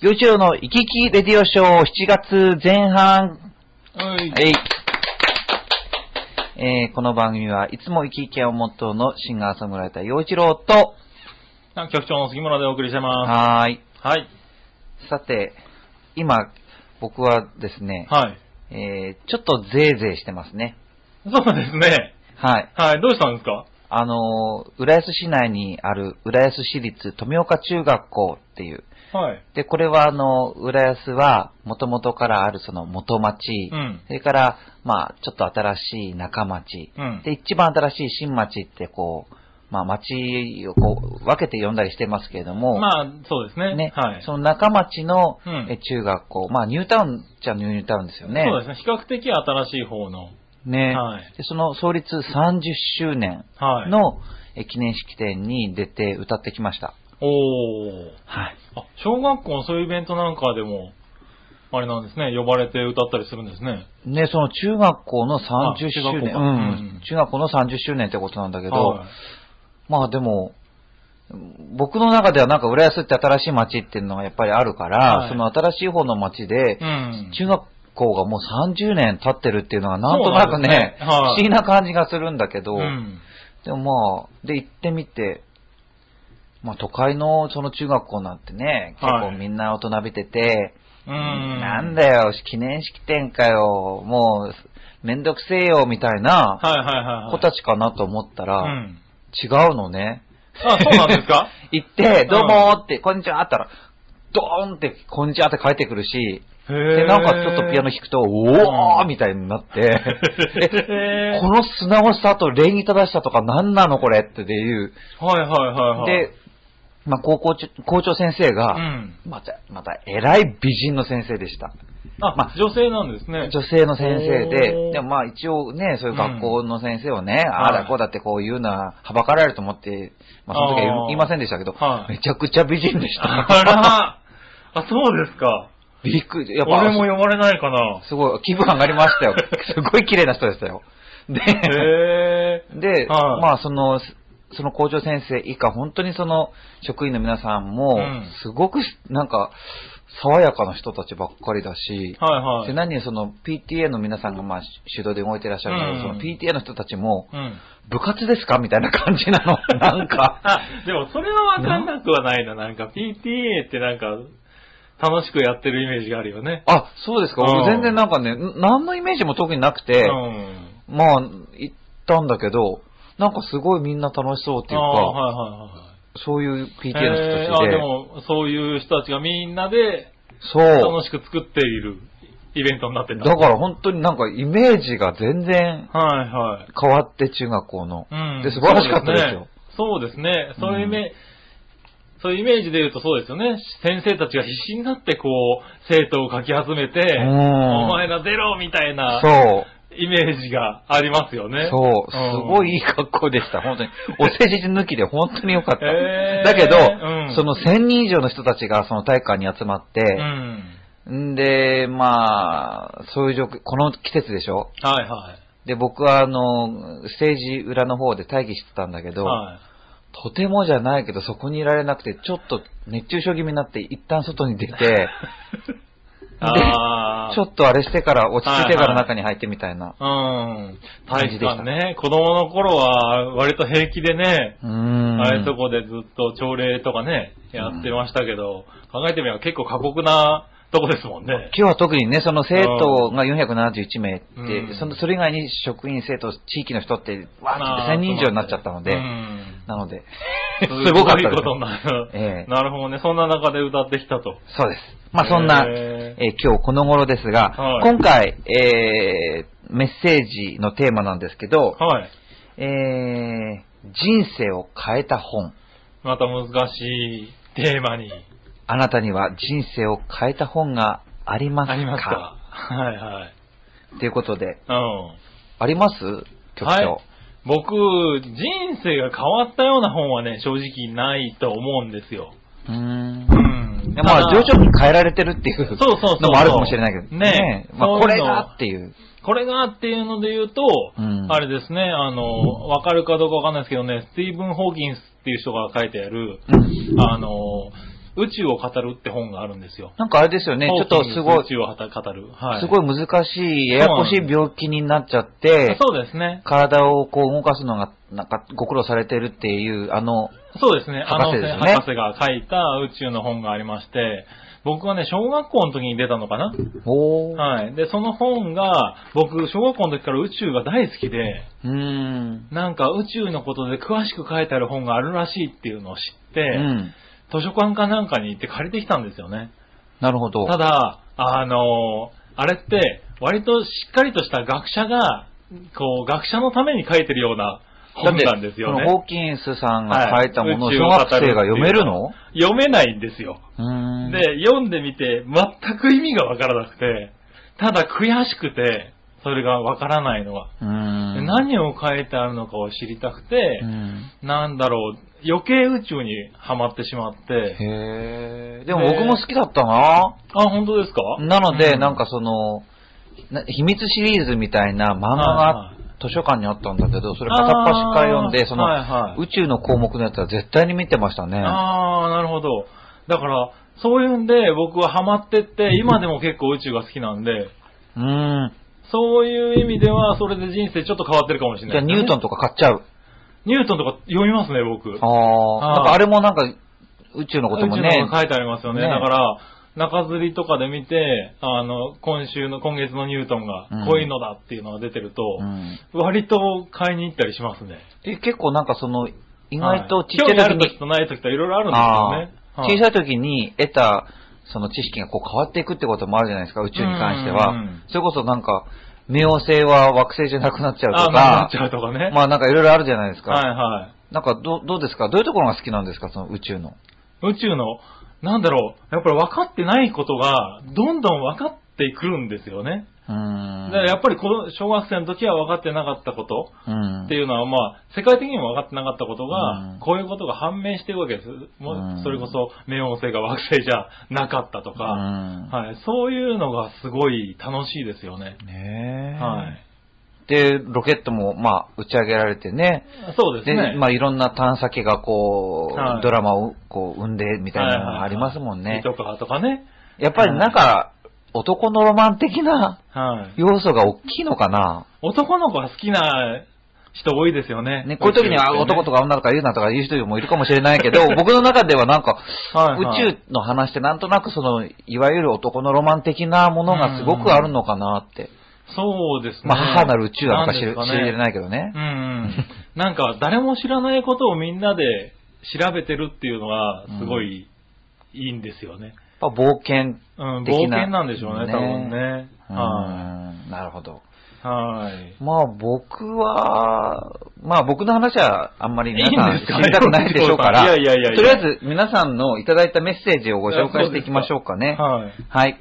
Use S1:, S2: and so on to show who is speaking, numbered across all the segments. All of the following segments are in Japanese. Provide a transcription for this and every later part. S1: 洋一郎の生き生きレディオショー7月前半。
S2: はい
S1: は。い。えーこの番組はいつも生き生きをモットーのシンガーソングライター洋一郎と、
S2: さあ局長の杉村でお送りしてま
S1: はーい。
S2: す。はい。
S1: さて、今、僕はですね、
S2: はい。
S1: えーちょっとゼーゼーしてますね。
S2: そうですね。
S1: はい。
S2: はい。どうしたんですか
S1: あのー浦安市内にある浦安市立富岡中学校っていう、
S2: はい。
S1: で、これはあの、浦安は、もともとからあるその元町、
S2: うん
S1: それから、まあ、ちょっと新しい中町、
S2: うん
S1: で、一番新しい新町ってこう、まあ、町をこう、分けて呼んだりしてますけれども、
S2: まあ、そうですね。
S1: ね、
S2: はい。
S1: その中町の、
S2: うん
S1: え中学校、まあ、ニュータウンじゃニュータウンですよね。
S2: そうですね。比較的新しい方の。
S1: ね、
S2: はい
S1: で、その創立30周年
S2: はい。
S1: の、え記念式典に出て歌ってきました。
S2: おー。
S1: はい。
S2: あ、小学校のそういうイベントなんかでも、あれなんですね。呼ばれて歌ったりするんですね。
S1: ね、その中学校の30
S2: あ
S1: 周
S2: 中学校
S1: 年、
S2: か
S1: うん
S2: うん
S1: 中学校の30周年ってことなんだけど、
S2: はい
S1: まあでも、僕の中ではなんか浦安って新しい街っていうのがやっぱりあるから、
S2: はい
S1: その新しい方の街で、
S2: うん。
S1: 中学校がもう30年経ってるっていうのがなんとなくね、
S2: そうなんですねはい
S1: 不思議な感じがするんだけど、
S2: うん。
S1: でもまあ、で行ってみて、まあ都会のその中学校なんてね、結
S2: はい
S1: 構みんな大人びてて、
S2: う
S1: なん
S2: よ。
S1: だよ、記念式典かよ、もう、めんどくせえよ、みたいな
S2: はいはいはいはい。
S1: 子たちかなと思ったら、
S2: うん。
S1: 違うのね。
S2: あ、そうなんですか
S1: 行って、どうもーって、こんにちはあったら、ドーンって、こんにちはって帰ってくるし、
S2: へ
S1: で、
S2: ー
S1: なんかちょっとピアノ弾くと、おーみたいにな って、
S2: へ
S1: え
S2: ー
S1: この素直さと礼儀正しさとか何なのこれっていう。
S2: はいはいはいはい。
S1: で、、まあ、高校ちょ、校長先生
S2: う
S1: が、
S2: ん。
S1: また、また、偉い美人の先生でした。
S2: あ、
S1: まあ
S2: 女性なんですね。
S1: 女性の先生
S2: お
S1: で、
S2: ー
S1: でもまあ一応ね、そういう学校の先生をね、ああだこうだってこう言うのははばかられると思って、まあその時は言
S2: あー
S1: い言いませんでしたけど、
S2: はい
S1: めちゃくちゃ美人でし
S2: あ
S1: た。
S2: ら、あ、そうですか。
S1: びっくり。やっ
S2: 俺も
S1: ぱ、
S2: 呼ばれないか な。
S1: すごい、気分上がりましたよ。すごい綺麗な人でしたよ。で、
S2: へえ。
S1: で、
S2: はい
S1: まあその、その校長先生以下、本当にその職員の皆さんも
S2: うん、
S1: すごくなんか、爽やかな人たちばっかりだし、
S2: はいは
S1: で
S2: い。
S1: 何よりその PTA の皆さんがまあ主導で動いてらっしゃるけど、
S2: う
S1: そ
S2: ん
S1: の PTA の人たちも、
S2: うん。
S1: 部活ですかみたいな感じなの。 なんか、
S2: あ、でもそれはわかんなくはないな。なんか PTA ってなんか、楽しくやってるイメージがあるよね。
S1: あ、そうですか、
S2: うん
S1: 僕全然なんかね、ん何のイメージも特になく
S2: う
S1: て、
S2: ん。
S1: まあ、行ったんだけど、なんかすごいみんな楽しそうっていう
S2: ああ
S1: か、
S2: はいはいはいはい。
S1: そういう PTA の
S2: へえ
S1: 人た
S2: あ、
S1: ちで
S2: で、も、そういう人たちがみんなで
S1: そう。
S2: 楽しく作っているイベントになってん
S1: だから本当になんかイメージが全然
S2: はいはい。
S1: 変わって中学校の。
S2: うん。
S1: で、素晴らしかったですよ。
S2: そうですね。そういうイメー
S1: う
S2: ジ、そういうイメージで言うとそうですよね。先生たちが必死になってこう、生徒をかき集めて、
S1: ん
S2: お前ら出ろみたいな
S1: そう。
S2: イメージがありますよね。
S1: そう、すご
S2: い。
S1: いいい格好でした、本当に。お世辞抜きで本当に良かった。
S2: へー
S1: だけど、
S2: うん
S1: その1000人以上の人たちがその体育館に集まっ
S2: う
S1: て、
S2: ん。
S1: んで、まあ、そういう状況、この季節でしょ
S2: はいは
S1: で、僕はあの、ステージ裏の方で待機してたんだけ
S2: い。
S1: ど、
S2: はい。
S1: とてもじゃないけどそこにいられなくて、ちょっと熱中症気味になって一旦外に出て、
S2: あー
S1: ちょっとあれしてから、落ち着いてか
S2: は
S1: ら
S2: いはい
S1: 中に入ってみたいな。
S2: うん。
S1: 感
S2: 体
S1: じ
S2: 育
S1: でした
S2: 館ね、子供の頃は割と平気でね、
S1: うーん。
S2: ああいうとこでずっと朝礼とかね、やってましたけど、考えてみれば結構過酷なとこですもんね。
S1: 今日は特にね、その生徒が471名って、
S2: うん
S1: そのそれ以外に職員、生徒、地域の人って、わ
S2: ま
S1: ー
S2: あ
S1: って1000人以上になっちゃったので、
S2: うん
S1: なので、
S2: す
S1: すごかった
S2: ごい
S1: です
S2: ことになる。
S1: ええ
S2: なるほどね。そんな中で歌ってきたと。
S1: そうです。まあそんな、え
S2: へ
S1: ー今日この頃ですが、
S2: はい
S1: 今回、えーメッセージのテーマなんですけど、
S2: はい。
S1: えー人生を変えた本。
S2: また難しいテーマに
S1: あなたには人生を変えた本がありますか
S2: なりますか。はいはい。
S1: ということで、
S2: うん。
S1: あります局長。
S2: はい僕、人生が変わったような本はね、正直ないと思うんですよ。
S1: うーん
S2: うん
S1: いやまあ、
S2: た
S1: 徐
S2: だ
S1: 々に変えられてるっていう
S2: そうそうそう
S1: のもあるかもしれないけど、
S2: ね
S1: まあ、
S2: そ
S1: こ
S2: う
S1: れ
S2: いうの
S1: がっていう。
S2: これがっていうので言うと、
S1: うん
S2: あれですね、あの、わかるかどうかわかんないですけどね、スティーブン・ホーキンスっていう人が書いてある、あの、宇宙を語るって本があるんですよ。
S1: なんかあれですよね、ちょっとすご
S2: ホー
S1: い、
S2: キングス宇宙を語る。はい。
S1: すごい難しい、ややこしい病気になっちゃって、
S2: そうですね。
S1: 体をこう動かすのが、なんかご苦労されてるっていう、あの、
S2: そうですね。あの
S1: 博士ですよね
S2: 博士が書いた宇宙の本がありまして、僕はね、小学校の時に出たのかな
S1: おー、
S2: はい。で、その本が、僕、小学校の時から宇宙が大好きで、
S1: うーん、
S2: なんか宇宙のことで詳しく書いてある本があるらしいっていうのを知って、
S1: うん、
S2: 図書館かなんかに行って借りてきたんですよね。
S1: なるほど。
S2: ただ、あの、あれって、割としっかりとした学者が、こう、学者のために書いてるような本なんですよ
S1: だってこの
S2: ね。
S1: ホーキンスさんが書いたものを
S2: はい宇宙
S1: 小
S2: を語る
S1: 学生が読めるの
S2: 読めないんですよ。
S1: うーん。
S2: で、読んでみて、全く意味がわからなくて、ただ悔しくて、それがわからないのは。
S1: うーん。
S2: 何を書いてあるのかを知りたくて
S1: う、ん
S2: なんだろう、余計宇宙にはまってしまって、
S1: へえ。でも僕も好きだったな。
S2: あ、本当ですか
S1: なので、
S2: う
S1: なんかその、な秘密シリーズみたいな漫画が
S2: はい
S1: 図書館にあったんだけど、それ片っ端から読ん
S2: あ
S1: で、
S2: ー
S1: その、
S2: はいはい
S1: 宇宙の項目のやつは絶対に見てましたね。
S2: ああ、なるほど。だから、そういうんで僕はハマっ てって、今でも結構宇宙が好きなんで、
S1: うーん。
S2: そういう意味では、それで人生ちょっと変わってるかもしれ
S1: じゃ
S2: な
S1: あ
S2: い、
S1: ニュートン。とか買っちゃう。
S2: ニュートンとか読みますね、僕。
S1: ああ。
S2: はい
S1: なんかあれもなんか、宇宙のことも
S2: 宇宙
S1: ね
S2: の。が書いてありますよね。
S1: ね
S2: だから、中吊りとかで見て、あの、今週の、今月のニュートンが
S1: うん、
S2: こういうのだっていうのが出てると、
S1: うん
S2: 割と買いに行ったりしますね。
S1: で結構なんかその、意外とちっち
S2: は
S1: ゃ
S2: い興味あ
S1: い時
S2: る
S1: に
S2: 時とない時といろいろあるん
S1: あ
S2: です
S1: あ
S2: よね。は
S1: 小
S2: い
S1: さい時に得たその知識がこう変わっていくってこともあるじゃないですか、宇宙に関して
S2: うんうんう
S1: は
S2: ん。
S1: それこそなんか、冥王星は惑星じゃなくなっちゃう
S2: あ
S1: と
S2: あ、なっ
S1: か
S2: ち、ゃうとかね。
S1: まあなんかいろいろあるじゃないです
S2: は
S1: か。
S2: いはい。
S1: なんかどうどうですかどういうところが好きなんですかその宇宙の。
S2: 宇宙の、なんだろう、やっぱり分かってないことが、どんどん分かってくるんですよね。
S1: うーん
S2: だからやっぱりこの小学生の時は分かってなかったこと
S1: うん
S2: っていうのは、まあ、世界的にも分かってなかったことが
S1: うん、
S2: こういうことが判明していくわけです。も
S1: う
S2: うんそれこそ、冥王星が惑星じゃなかったと
S1: う
S2: か、
S1: ん
S2: はい、そういうのがすごい楽しいですよね。
S1: ねえ
S2: はい。
S1: で、ロケットもまあ打ち上げられてね。
S2: そうです
S1: で、
S2: ね。
S1: まあいろんな探査機がこ、
S2: はいう
S1: ドラマをこう生んでみたいなのがありますもん
S2: はい
S1: ね
S2: はい。はい糸川とかね。
S1: やっぱりなんか、男のロマン的な
S2: はい。
S1: 要素が大きいのかな。
S2: 男の子が好きな人多いですよね。
S1: ね、こういう時に、あ、男と
S2: か、
S1: か女とか言うなとか言う人もいるかもしれないけ ど、僕の中ではなんか、
S2: はいはい
S1: 宇宙の話ってなんとなくその、いわゆる男のロマン的なものがすごくあるのかなって。
S2: そうですね。
S1: まあ、母なる宇宙なんか知
S2: なんで
S1: る
S2: すか
S1: 知
S2: ね
S1: れないけどね
S2: う。ん。なんか、誰も知らないことをみんなで調べてるっていうのが、すごい、いいんですよね。
S1: やっぱ冒険。
S2: うん、
S1: 的
S2: 冒
S1: な
S2: 険なんでしょうね、
S1: ね
S2: 多分ね。
S1: うん
S2: は
S1: なるほど。
S2: い。はい。
S1: まあ僕は、まあ僕の話はあんまり皆さ
S2: いい
S1: ん
S2: んで
S1: 知
S2: すか
S1: りたくないでしょうから、
S2: いやいやいやいや
S1: とりあえず皆さんのいただいたメッセージをご紹介していきましょうかね。
S2: はい。
S1: はい。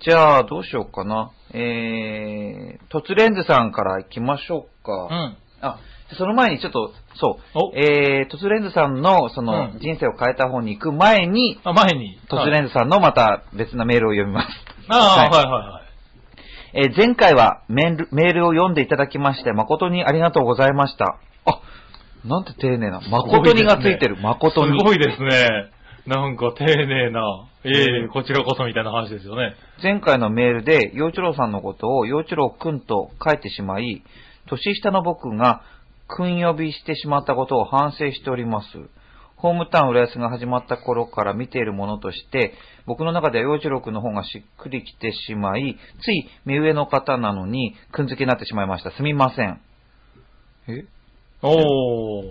S1: じゃあ、どうしようかな。えー、トツレンズさんから行きましょうか。
S2: うん。
S1: あ、その前にちょっと、そ
S2: お
S1: う。えー、トツレンズさんの、その、
S2: うん
S1: 人生を変えた方に行く前に、
S2: あ、前に。
S1: トツレ
S2: はい
S1: ンズさんのまた別なメールを読みます。
S2: ああ、
S1: は
S2: はいはいはい。
S1: えー前回はメールメールを読んでいただきまして、誠にありがとうございました。あ、なんて丁寧な。誠にがついてる。誠に
S2: す。ごいですね。なんか、丁寧な、ええ
S1: うん
S2: こちらこそみたいな話ですよね。
S1: 前回のメールで、陽一郎さんのことを陽一郎くんと書いてしまい、年下の僕がくん呼びしてしまったことを反省しております。ホームタウン浦安が始まった頃から見ているものとして、僕の中では陽一郎くんの方がしっくりきてしまい、つい目上の方なのに、くん付けになってしまいました。すみません。え
S2: おー。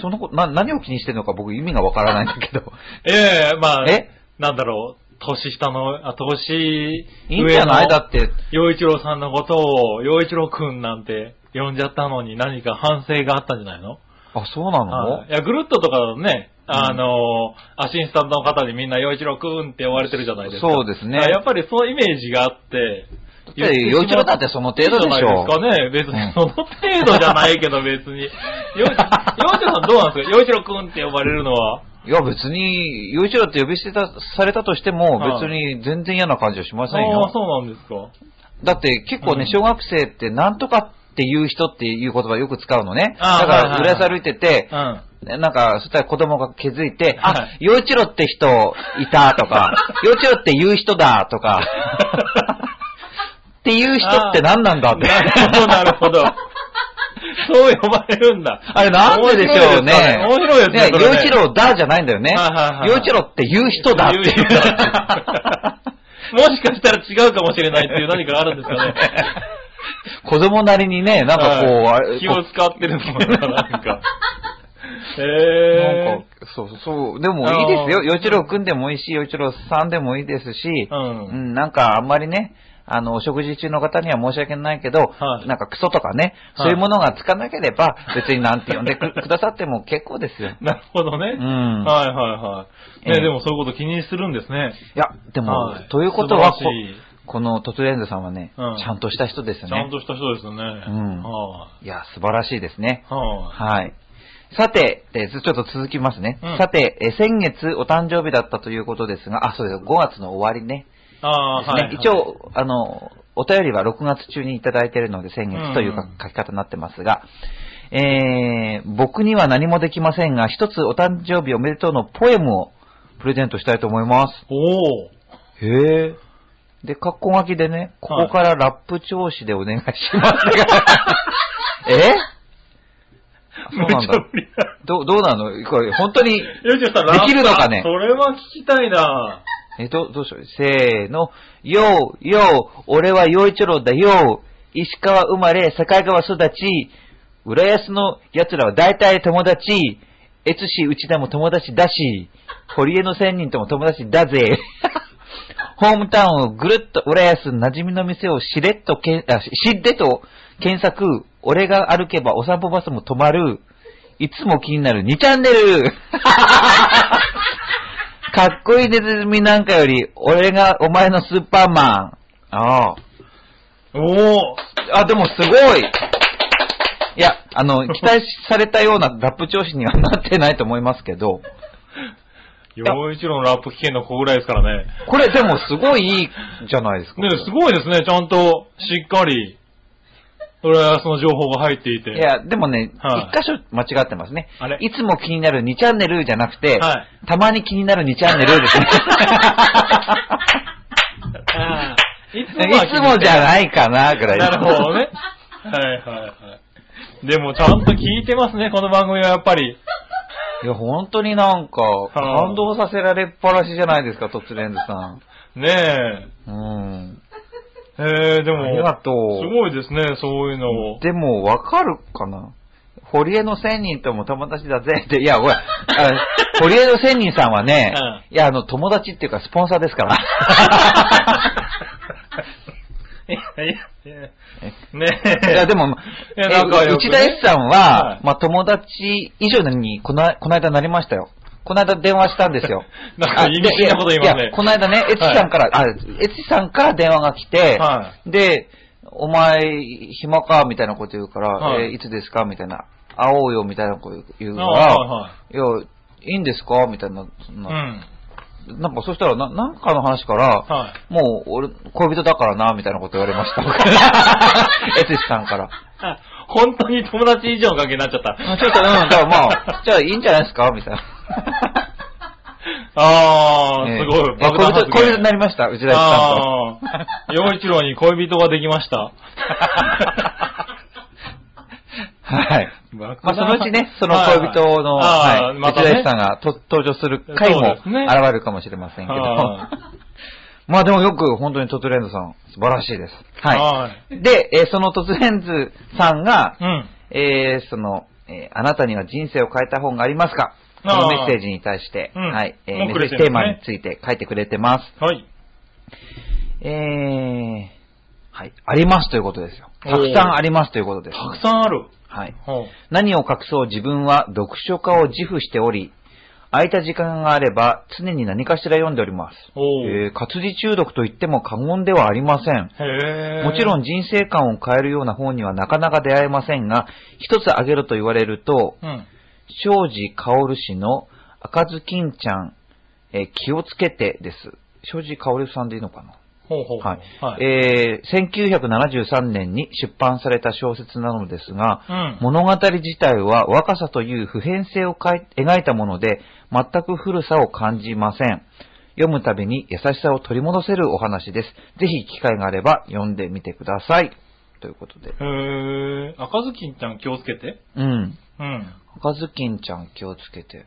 S1: そのこと、な、何を気にしてるのか僕意味がわからないんだ けど。
S2: ええまあ、
S1: え
S2: なんだろう、年下の、あ、年
S1: いいんじゃないだって、
S2: 洋一郎さんのことを、洋一郎くんなんて呼んじゃったのに何か反省があったんじゃないの、
S1: あ、そうな
S2: は
S1: の
S2: い、いや、ぐるっととかだとね、あの、アシスタントの方にみんな洋一郎くんって呼ばれてるじゃないですか。
S1: そうですね
S2: だからやっぱりそういうイメージがあって、
S1: だって洋一郎だってその程度でしょ
S2: 言ってしまうんじゃないですかね。別に、その程度じゃないけど別に。洋一洋一郎さんどうなんですか洋一郎くんって呼ばれるのは。
S1: いや別に、洋一郎って呼び捨てたされたとしても、
S2: はい
S1: 別に全然嫌な感じはしません
S2: ああ、
S1: よ。
S2: そうなんですか。
S1: だって結構ね、
S2: うん
S1: 小学生ってなんとかっていう人っていう言葉よく使うのね。
S2: あ
S1: だ
S2: ー
S1: から、浦
S2: はいはいはい
S1: 安歩いてて、
S2: うん。
S1: なんか、そしたら子供が気づいて、
S2: は
S1: あ
S2: い、
S1: 洋一郎って人いたと か、洋一郎って言う人だとか、っていう人って何なんだって。
S2: なるほど、なるほ ど。そう呼ばれるんだ。
S1: あれなんででしょうね。
S2: 面白いですね。面白いですね。
S1: 洋一郎だじゃないんだよね
S2: はいはい。はい
S1: 洋一郎って言う人だってい
S2: 言
S1: う
S2: う人。だ もしかしたら違うかもしれないっていう何かがあるんですかね。
S1: 子供なりにね、なんかこう、あ
S2: はい
S1: れ
S2: 気を使ってるのかな、な んか。へ
S1: なんか、そうそうそう、でもいいですよ。洋一郎くんでもいいし、洋一郎さんでもいいですし、
S2: う
S1: うんん、なんかあんまりね、あの、お食事中の方には申し訳ないけど、
S2: はい
S1: なんかクソとかね、
S2: は
S1: そ
S2: い
S1: ういうものがつかなければ、別になんて呼んでく くださっても結構ですよ。い
S2: なるほどね。はい
S1: ん
S2: はいはい。
S1: ええ
S2: ね、でもそういうこと気にするんですね。
S1: や、でも、
S2: はい
S1: ということはこ
S2: 素晴らしい、
S1: このトトレンズさんはね、
S2: うん
S1: ちゃんとした人ですよね。
S2: ちゃんとした人ですよね。
S1: ん
S2: はい
S1: や、素晴らしいですね。
S2: い。はい。
S1: はい。さて、えーずちょっと続きますね。
S2: うん
S1: さて、えー先月お誕生日だったということですが、あ、そうです。5月の終わりね。
S2: ああー、はい
S1: で。すね一応、あの、お便りは6月中にいただいているので、先月というか
S2: うん
S1: 書き方になってますが、えー、僕には何もできませんが、一つお誕生日おめでとうのポエムをプレゼントしたいと思います。
S2: おお。
S1: へえ。で、格好書きでね、こ
S2: はい
S1: こからラップ調子でお願いします。 えそう
S2: め
S1: なん
S2: ちゃ
S1: だ。
S2: 無理だ。
S1: ど、どうなのこれ、本当に、
S2: よちょさん、
S1: できるのかね
S2: ラッパーそれは聞きたいな
S1: え、ど、どうしよう。せーの。よう、よう、俺は洋一郎だよう。石川生まれ、境川育ち。浦安の奴らは大体友達。越市内田も友達だし。堀江の仙人とも友達だぜ。ホームタウンをぐるっと浦安馴染みの店をしれっとけん、あ、ししってと検索。俺が歩けばお散歩バスも止まる。いつも気になる2チャンネルかっこいいネズミなんかより、俺がお前のスーパーマン。ああ。
S2: おお。
S1: あ、でもすごいいや、あ の、期待されたようなラップ調子にはなってないと思いますけど、
S2: 洋一郎のラップ聞けんのここぐらいですからね。
S1: これでもすごいいいじゃないですか。
S2: ね、すごいですね、ちゃんと、しっかり、浦安の情報が入っていて。
S1: いや、でもね、一、
S2: はい
S1: 箇所間違ってますね
S2: あれ。
S1: いつも気になる2チャンネルじゃなくて、
S2: は
S1: たまに気になる2チャンネルですね。
S2: あーい
S1: いつもじゃ
S2: い。
S1: ないかな、ぐらい
S2: なるほどね。はいはいはい。でもちゃんと聞いてますね、この番組はやっぱり。
S1: いや、本当になんか、
S2: あ
S1: 感動させられっぱなしじゃないですか、トツレンズさ
S2: ね
S1: ん。うん。
S2: え。えー、でも、
S1: ありがとう
S2: すごいですね、そういうのを。
S1: でも、わかるかな堀江の仙人とも友達だぜって、いや、おい、あ堀江の仙人さんはね、いや、あの、友達っていうか、スポンサーです から。
S2: いやいやいやねえ。
S1: いや、でも、
S2: いや仲良くね
S1: 内田一さんは、
S2: はい。
S1: まあ、友達以上にこの、この間なりましたよ。この間電話したんですよ
S2: なんか意味深なこと言います
S1: あ
S2: ね
S1: でややこの間ね、エチさんから、あ、エチさんから電話が来て、
S2: は
S1: で、お前、暇かみたいなこと言うから、
S2: はい
S1: えーいつですかみたいな。会おうよみたいなこと言うか
S2: あはいは
S1: ら、いや、いいんですかみたいな。そん
S2: う。
S1: なんなんかそしたらな、なんかの話から、
S2: は
S1: もう俺、恋人だからな、みたいなこと言われ ました。エツシさんから。
S2: あ本当に友達以上の関係になっちゃった。
S1: あちょっと、うん、だからまあ、じゃあいいんじゃないですかみたいな。
S2: あー、
S1: ね
S2: すごい。
S1: え恋人、恋人になりました、内田一さんと。
S2: ああー、洋一郎に恋人ができま した。
S1: はい。
S2: 爆弾
S1: まあ、そのうちね、その恋人の、
S2: はい
S1: は
S2: あー
S1: い、
S2: ま
S1: 内
S2: た
S1: 田
S2: ね
S1: 一さんがと登場する回
S2: そう
S1: も
S2: です
S1: 現
S2: ね
S1: れるかもしれませんけど。
S2: は
S1: まあでもよく本当にトトレンズさん、素晴らしいです。は。
S2: はい
S1: で、えーそのトトレンズさんが、
S2: うん。
S1: えーその、えーあなたには人生を変えた本がありますかこ
S2: あー
S1: のメッセージに対して、
S2: うん
S1: はい、えー
S2: も
S1: メ
S2: うく
S1: ッセ
S2: れ
S1: ー
S2: て
S1: ジテー
S2: るんですね
S1: マについて書いてくれてます。
S2: はい。
S1: えー、はい、ありますということですよ。たくさんありますということです。
S2: たくさんある。
S1: はい。
S2: ほう
S1: 何を隠そう自分は読書家を自負しており、空いた時間があれば常に何かしら読んでおります。
S2: おう
S1: えー活字中毒と言っても過言ではありません。
S2: へえ。
S1: もちろ
S2: ん。
S1: ん人生観を変えるような本にはなかなか出会えませんが、一つ挙げると言われると、
S2: うん。
S1: 庄司薫氏の赤ずきんちゃん、えー気をつけてです。庄司薫さんでいいのかな
S2: ほうほう。
S1: はい。
S2: はい。
S1: えー1973年に出版された小説なのですが、
S2: うん
S1: 物語自体は若さという普遍性をかい描いたもので、全く古さを感じません。読むたびに優しさを取り戻せるお話です。ぜひ機会があれば読んでみてください。ということで。
S2: へー、赤ずきんちゃん気をつけて。
S1: うん。
S2: うん。
S1: 赤ずきんちゃん気をつけて。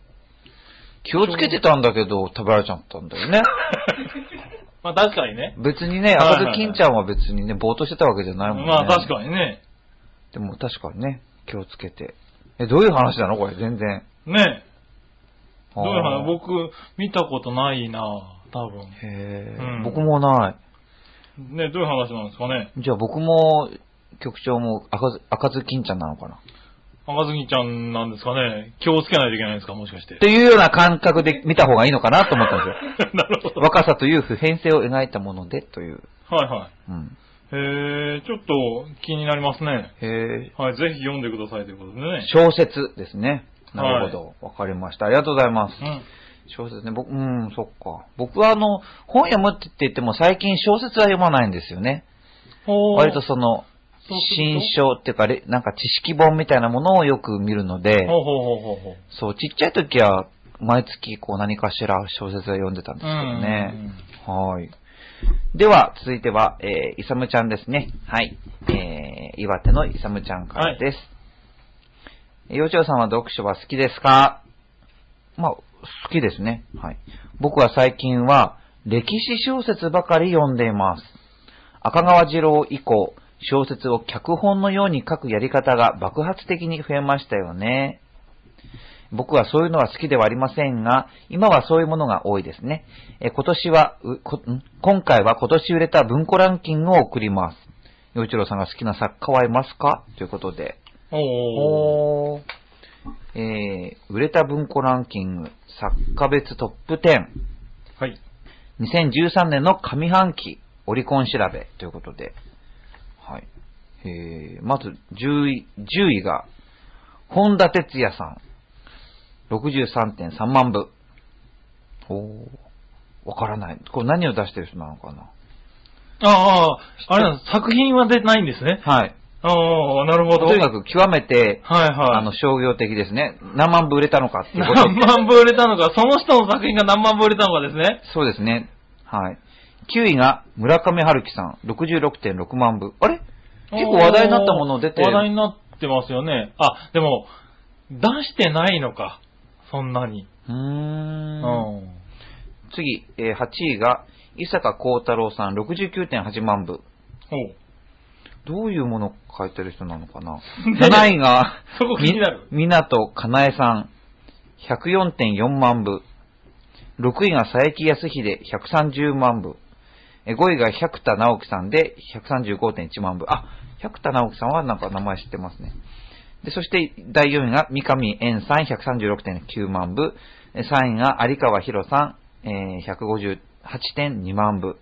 S1: 気をつけてたんだけど、食べられちゃったんだよね。
S2: まあ確かにね。
S1: 別にね、
S2: はいはいはい
S1: 赤ずきんちゃんは別にね、ぼーっとしてたわけじゃないもんね。
S2: まあ確かにね。
S1: でも確かにね、気をつけて。え、どういう話なのこれ、全然。
S2: ねどういう
S1: あー
S2: 話僕、見たことないな多分。
S1: へえ、
S2: うん
S1: 僕もな
S2: ねどういう話なんですかね。
S1: い。じゃあ僕も、局長も赤ず、赤ずきんちゃんなのかなっ
S2: 赤ずきんちゃんなんですかね。気をつけないといけないんですか、もしかして。
S1: ていうような感覚で見た方がいいのかなと思ったんですよ。
S2: なるほど。
S1: 若さという普遍性を描いたもので、という。
S2: はいはい。
S1: うん。
S2: えー、ちょっと気になりますね。
S1: へえ。
S2: はい、ぜひ読んでくださいということでね。
S1: 小説ですね。なるほど。わ、かりました。ありがとうございます。
S2: うん。
S1: 小説ね。僕、うん、そっか。僕はあの、本読むって言っても最近小説は読まないんですよね。
S2: ほー
S1: 割とその
S2: そうす、る
S1: 新
S2: と
S1: 書っていうか、れなんか知識本みたいなものをよく見るので、
S2: ほうほうほうほうほう。
S1: そう、ちっちゃい時は、毎月こう何かしら小説を読んでたんですけど
S2: うん
S1: ね。はい。では、続いては、えー、イサムちゃんですね。はい。えー、岩手のイサムちゃんからです。幼稚園さんは読書は好きですかまあ、好きですね。はい。僕は最近は、歴史小説ばかり読んでいます。赤川次郎以降、小説を脚本のように書くやり方が爆発的に増えましたよね。僕はそういうのは好きではありませんが、今はそういうものが多いですね。えー今年は、うこん今回は今年売れた文庫ランキングを送ります。洋一郎さんが好きな作家はいますかということで。
S2: おー。
S1: おーえー、売れた文庫ランキング、作家別トップ10。
S2: はい。
S1: 2013年の上半期、オリコン調べということで。はい。えー、まず10位、10位が、本田哲也さん。63.3万部。おー。わからない。これ何を出してる人なのかな
S2: ああ、あれなんです。作品は出てないんですね。
S1: はい。
S2: ああ、なるほど。
S1: とにかく極めて、
S2: はいはい。
S1: あの、商業的ですね。何万部売れたのかっていうこと
S2: 何万部売れたのか、その人の作品が何万部売れたのかですね。
S1: そうですね。はい。9位が村上春樹さん、66.6万部。あれ結構話題になったもの出て
S2: 話題になってますよね。あ、でも、出してないのか。そんなに。
S1: うー。
S2: うんん。
S1: 次、えー8位が、伊坂幸太郎さん、69.8万部。
S2: ほう。
S1: どういうものを書いてる人なのかな
S2: ね
S1: 7位が、
S2: そこ気になる。
S1: み港かなえさん、104.4万部。6位が佐伯康秀、130万部。え5位が百田直樹さんで、135.1万部。あ、百田直樹さんはなんか名前知ってますね。で、そして第4位が三上円さん、136.9万部。え3位が有川博さん、えー158.2万部。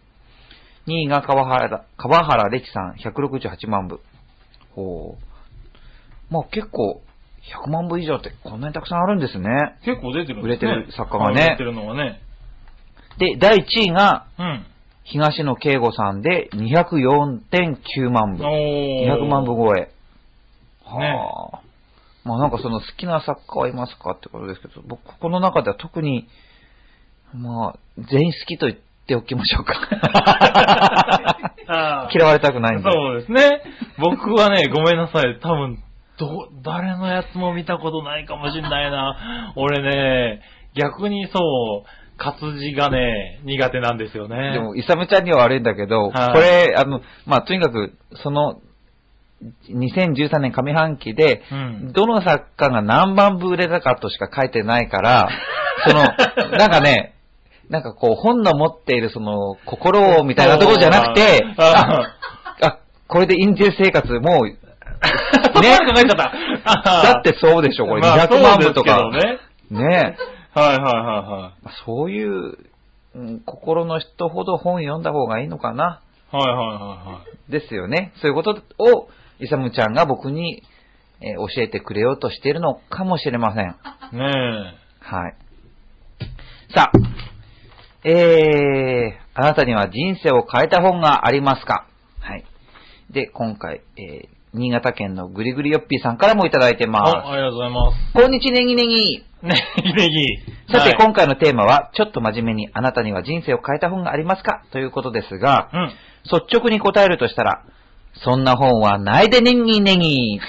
S1: 2位が川原、川原歴さん、168万部。ほう。まあ結構、100万部以上ってこんなにたくさんあるんですね。
S2: 結構出てるんですね。
S1: 売れてる作家がね
S2: はい売れてるのはね。
S1: で、第1位が、
S2: うん。
S1: 東野圭吾さんで204.9万部。
S2: おー
S1: 200万部超え。はあ。まあなんかその好きな作家はいますかってことですけど、僕、ここの中では特に、まあ、全員好きと言っておきましょ うか。
S2: あー
S1: 嫌われたくないんで。
S2: そうですね。僕はね、ごめんなさい。多分、ど、誰のやつも見たことないかもしんないな。俺ね、逆にそう、活字がね、苦手なんですよね。
S1: でも、イサムちゃんには悪いんだけど、
S2: はい
S1: これ、あの、まあ、とにかく、その、2013年上半期で、
S2: うん
S1: どの作家が何万部売れたかとしか書いてない から、その、なんかね、なんかこう、本の持っているその、心をみたいなところじゃなくて、あ
S2: あ、
S1: あ、これで陰性生活、も う、
S2: そこまで考えちゃった。あ ー
S1: だってそうでしょ、これ。
S2: まあ
S1: 200万部とか
S2: そう。ですけどね。
S1: ねえ。
S2: はいはいは
S1: そういう、うん心の人ほど本読んだ方がいいのかな。
S2: いはい。はいはいはいはい。
S1: ですよね。そういうことを、イサムちゃんが僕に、えー教えてくれようとしているのかもしれません。
S2: ね
S1: はい。さあ、えー、あなたには人生を変えた本がありますかはい。で、今回、えー、新潟県のぐりぐりよっぴーさんからもいただいて
S2: あ、
S1: ま
S2: ありがとうございます
S1: す。こんにちはネギネギ。
S2: ねぎねぎ。
S1: さて、
S2: はい
S1: 今回のテーマは、ちょっと真面目にあなたには人生を変えた本がありますかということですが、
S2: うん。
S1: 率直に答えるとしたら、そんな本はないでネギネ ギ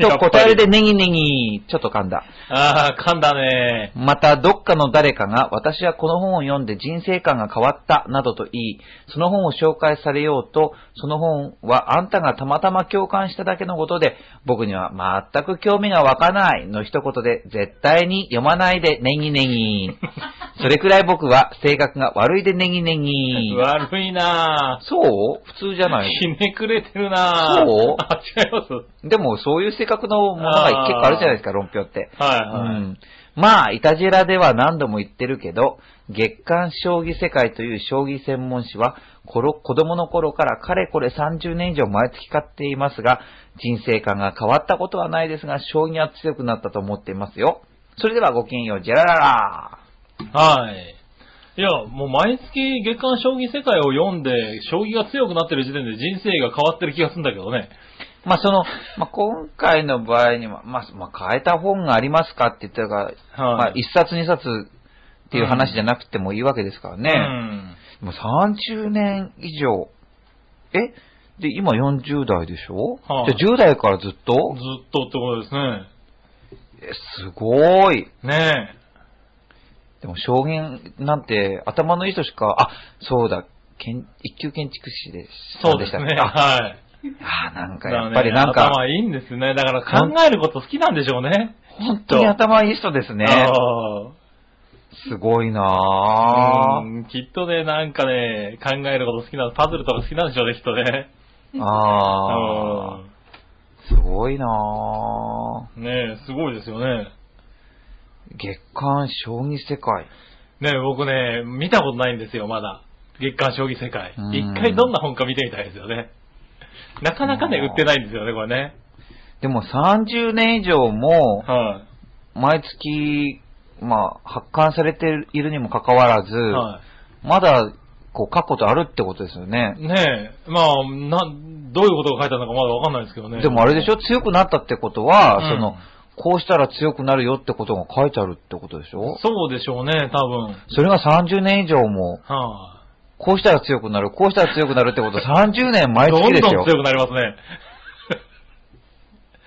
S1: と答えるでネギネギちょっと噛んだ。
S2: ああ、噛んだね。
S1: また、どっかの誰かが、私はこの本を読んで人生観が変わった、などと言い、その本を紹介されようと、その本はあんたがたまたま共感しただけのことで、僕には全く興味が湧かない、の一言で、絶対に読まないでネギネギ。それくらい僕は性格が悪いでネギネ ギ。
S2: 悪いなぁ。
S1: そう普通じゃない
S2: ひねくれてるなぁ。
S1: そう
S2: あ、違います。
S1: でも、そういう性格のものが結構あるじゃないですか、論評って。
S2: はいは
S1: う
S2: い。
S1: んまあ、イタジェラでは何度も言ってるけど、月刊将棋世界という将棋専門誌は、ころ子供の頃からかれこれ30年以上毎月買っていますが、人生観が変わったことはないですが、将棋は強くなったと思っていますよ。それではごきげんよう、ジェラララ
S2: はい。いや、もう毎月月刊将棋世界を読んで、将棋が強くなってる時点で人生が変わってる気がするんだけどね。
S1: まあ、その、まあ、今回の場合には、まあ、まあ、変えた本がありますかって言ったから、まあ、一冊二冊っていう話じゃなくてもいいわけですからね。
S2: うん。
S1: もう30年以上。えで、今40代でしょ、
S2: はい
S1: じゃあ10代からずっと
S2: ずっとってことですね。
S1: え、すごい。
S2: ね
S1: でも、証言なんて、頭のいい人しか、あ、そうだ、建一級建築士で
S2: え
S1: し。た
S2: そうですね。
S1: あ、
S2: はい。
S1: あなんか、
S2: だ
S1: やっぱりなん
S2: ね、
S1: か、
S2: 頭いいんですね。だから考えること好きなんでしょうね。
S1: 本当に頭いい人ですね。
S2: あ
S1: すごい
S2: あ
S1: な
S2: う
S1: ぁ。
S2: んきっとね、なんかね、考えること好きな、パズルとか好きなんでしょうね、きっとね。
S1: ああ、すごいなぁ。
S2: うんねえ、すごいですよね。
S1: 月刊将棋世界。
S2: ねえ、僕ね、見たことないんですよ、まだ。月刊将棋世界
S1: う。ん
S2: 一回どんな本か見てみたいですよね。なかなかね、
S1: うん
S2: 売ってないんですよね、これね。
S1: でも30年以上も、
S2: は
S1: 毎月、まあ、発刊されているにもかかわらず、
S2: い。は
S1: まだ、こう、書くことあるってことですよね
S2: い。。ねえ、まあ、な、どういうことが書いてあるのかまだわかんないですけどね。
S1: でもあれでしょ強くなったってことは、
S2: うん
S1: その、こうしたら強くなるよってことが書いてあるってことでしょ
S2: そうでしょうね、多分。はい、
S1: それが30年以上も、こうしたら強くなる、こうしたら強くなるってこと30年毎
S2: どん
S1: 月
S2: どん
S1: です
S2: 強
S1: よ。
S2: くなりますね。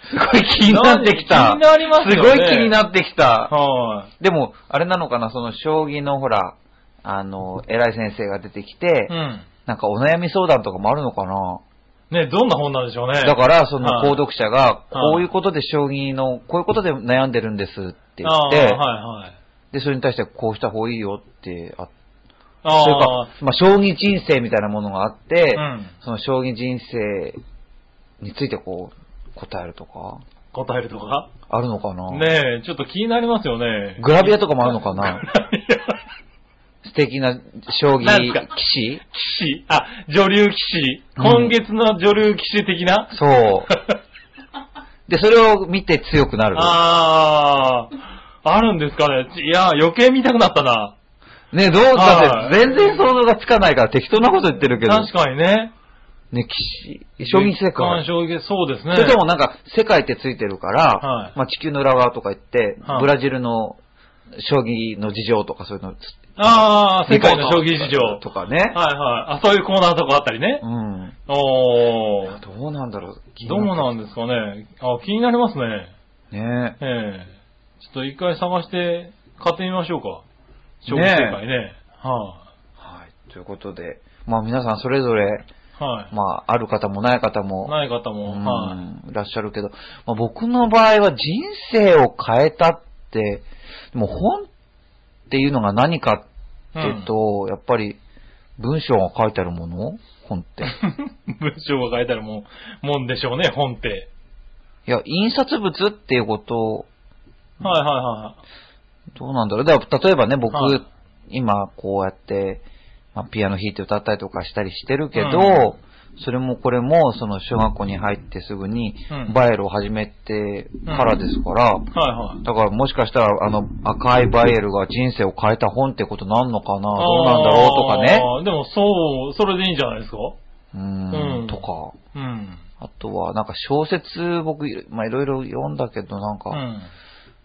S1: すごい気になってきた。
S2: 気になりますよね
S1: ごい気になってきた。
S2: はい、
S1: でも、あれなのかな、その、将棋のほら、あの、偉い先生が出てきて、
S2: うん。
S1: なんかお悩み相談とかもあるのかな
S2: ね、どんな本なんでしょうね。
S1: だから、その、
S2: はい
S1: 購読者が、
S2: はい
S1: こういうことで将棋の、こういうことで悩んでるんですって言
S2: あ
S1: っ
S2: あ
S1: て、
S2: はいはい。
S1: で、それに対してこうした方がいいよってあっ
S2: あ
S1: それ
S2: あ
S1: か、まあ、将棋人生みたいなものがあって、
S2: うん
S1: その将棋人生についてこう、答えるとか、
S2: 答えるとか
S1: あるのかな、
S2: ねえ、ちょっと気になりますよね。
S1: グラビアとかもあるのかな
S2: グラビ
S1: 素敵な将棋
S2: なんですか
S1: 棋士
S2: ア騎士あ、女流騎士。
S1: うん
S2: 今月の女流騎士的な、
S1: そう。で、それを見て強くなる。
S2: ああ、あるんですかね。いや、余計見たくなったな。
S1: ね、どうだ
S2: は
S1: っ
S2: い
S1: て、全然想像がつかないから適当なこと言ってるけど。
S2: 確かにね。
S1: ね、棋士、将棋世界
S2: 月刊。将棋、そうですね。
S1: それともなんか、世界ってついてるから、
S2: はい
S1: まあ地球の裏側とか言って、
S2: はい
S1: ブラジルの将棋の事情とかそういうの、
S2: ああ、世界の将棋事
S1: リ
S2: 情。
S1: ポ
S2: は
S1: ート
S2: い
S1: とかね。
S2: はい。あ、そういうコーナーとかあったりね
S1: う。ん。
S2: おー。
S1: どうなんだろう。
S2: どうなんですかね。あ、気になりますね。
S1: ね
S2: ええちょっと一回探して買ってみましょうか。将棋世界ね。は
S1: はい。ということで、まあ皆さんそれぞれ、
S2: い、はい、
S1: まあある方もない方も、
S2: ない方
S1: う
S2: も、
S1: ん
S2: はい、
S1: いらっしゃるけど、まあ、僕の場合は人生を変えたって、でも本っていうのが何かっていうと、やっぱり文章が書いてあるもの本 って。
S2: 文章が書いたらもう、もんでしょうね、本って。
S1: いや、印刷物っていうこと、
S2: はいはいは
S1: どうなんだろう。だから例えばね、僕、
S2: はい
S1: 今こうやって、まあ、ピアノ弾いて歌ったりとかしたりしてるけど、
S2: うん
S1: それもこれも、その小学校に入ってすぐに
S2: うん、
S1: バイエルを始めてからですから、
S2: はいはい。
S1: だからもしかしたら、あの、赤いバイエルが人生を変えた本ってことなんのかなどうなんだろうとかね。
S2: あー。でもそう、それでいいんじゃないですか
S1: う
S2: う
S1: ー
S2: ん
S1: ん、とか。
S2: うん。
S1: あとは、なんか小説、僕、まあ、いろいろ読んだけど、なんか、
S2: うん。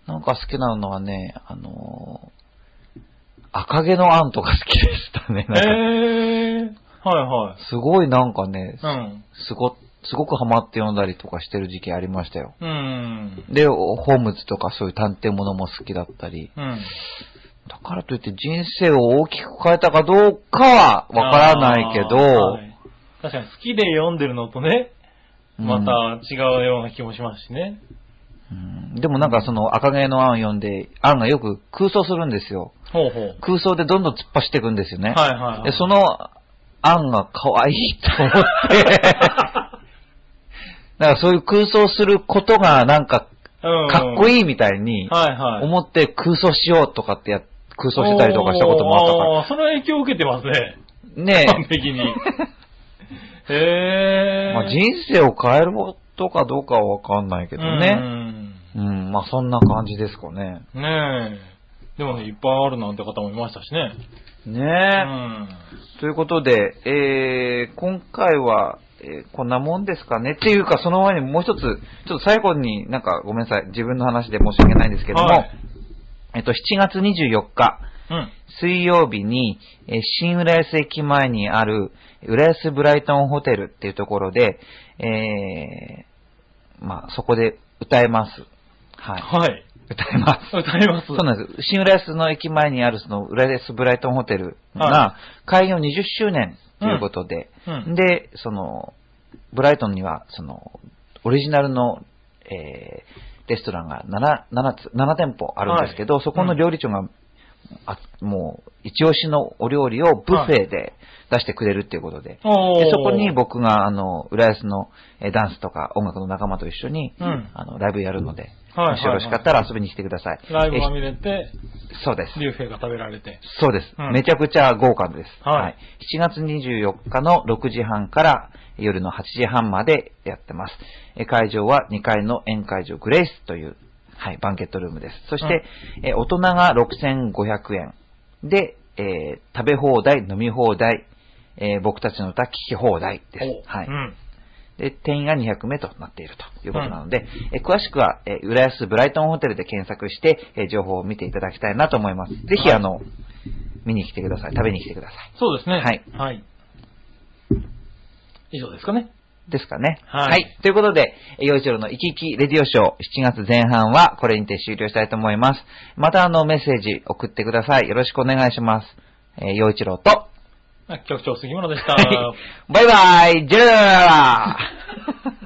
S1: なんか好きなのはね、あのー赤毛のアンとか好きでしたね。なんか
S2: へえー。はいはい。
S1: すごいなんかね、
S2: うん。
S1: すご、すごくハマって読んだりとかしてる時期ありましたよ。
S2: うん。
S1: で、ホームズとかそういう探偵ものも好きだったり。
S2: うん。
S1: だからといって人生を大きく変えたかどうかはわからないけど、
S2: あーはい確かに好きで読んでるのとね、
S1: うん
S2: また違うような気もしますしね。
S1: うんでもなんかその赤毛のアン読んで、アンがよく空想するんですよ。
S2: ほうほう。
S1: 空想でどんどん突っ走っていくんですよね。
S2: はいはいはい。
S1: で、その、アンが可愛いと思って、だからそういう空想することがなんか、
S2: うん、
S1: かっこ
S2: い
S1: いいみたいに、
S2: はいはい。。
S1: 思って空想しようとかってや、空想してたりとかしたこともあったから
S2: その影響を受けてますね。
S1: ら。ね
S2: 完璧に。 へ
S1: え。
S2: え。
S1: まあ人生を変えることかどうかはわかんないけど
S2: う
S1: ね。
S2: ん
S1: うん、まあそんな感じですかね。
S2: ねえ。でもね、いっぱいあるなんて方もいましたしね。
S1: ね
S2: う
S1: え。
S2: ん。
S1: ということで、えー、今回は、えーこんなもんですかねっていうか、その前にもう一つ、ちょっと最後になんかごめんなさい、自分の話で申し訳ないんですけども、
S2: はい
S1: えっと、7月24日、
S2: うん。
S1: 水曜日に、えー新浦安駅前にある、浦安ブライトンホテルっていうところで、えー、まあ、そこで歌えます。はい。
S2: はい。
S1: 歌えます。
S2: 歌います。
S1: そうなんです。新浦安の駅前にあるその浦安ブライトンホテル
S2: は
S1: が開業20周年ということで、
S2: うん
S1: で、その、ブライトンにはその、オリジナルの、えーレストランが 7, 7つ、7店舗あるんですけど、
S2: はい
S1: そこの料理長が、あもう、一押しのお料理をブッフェで出してくれるっていうことで、
S2: おー
S1: でそこに僕が、あの、浦安のえーダンスとか音楽の仲間と一緒に、
S2: うん
S1: あの、ライブやるので、
S2: はい
S1: もしよろしかったら遊びに来てください。
S2: ライブ
S1: え
S2: が
S1: ー
S2: 見れて、
S1: そうです。
S2: ビュッフェが食べられて。
S1: そうです、
S2: うん
S1: めちゃくちゃ豪華です。
S2: はい
S1: 7月24日の6時半から夜の8時半までやってます。え会場は2階の宴会場グレイスという、はい、バンケットルームです。そして、え大人が6500円で、えー食べ放題、飲み放題、えー僕たちの歌聞き放題です。はい。
S2: うん。
S1: で、定員が200名となっているということなので、え詳しくは、えー浦安ブライトンホテルで検索して、えー情報を見ていただきたいなと思います。ぜひ、
S2: はい
S1: あの、見に来てください。食べに来てくださ
S2: そうですね。
S1: はい。
S2: はい。以上ですかね。
S1: い。ですかね。
S2: はい
S1: ということで、えー洋一郎の生き生きレディオショー7月前半はこれにて終了したいと思います。またあのメッセージ送ってください。よろしくお願いします。えー洋一郎と、
S2: あ局長杉村でした。
S1: はいバイバイじゃらららら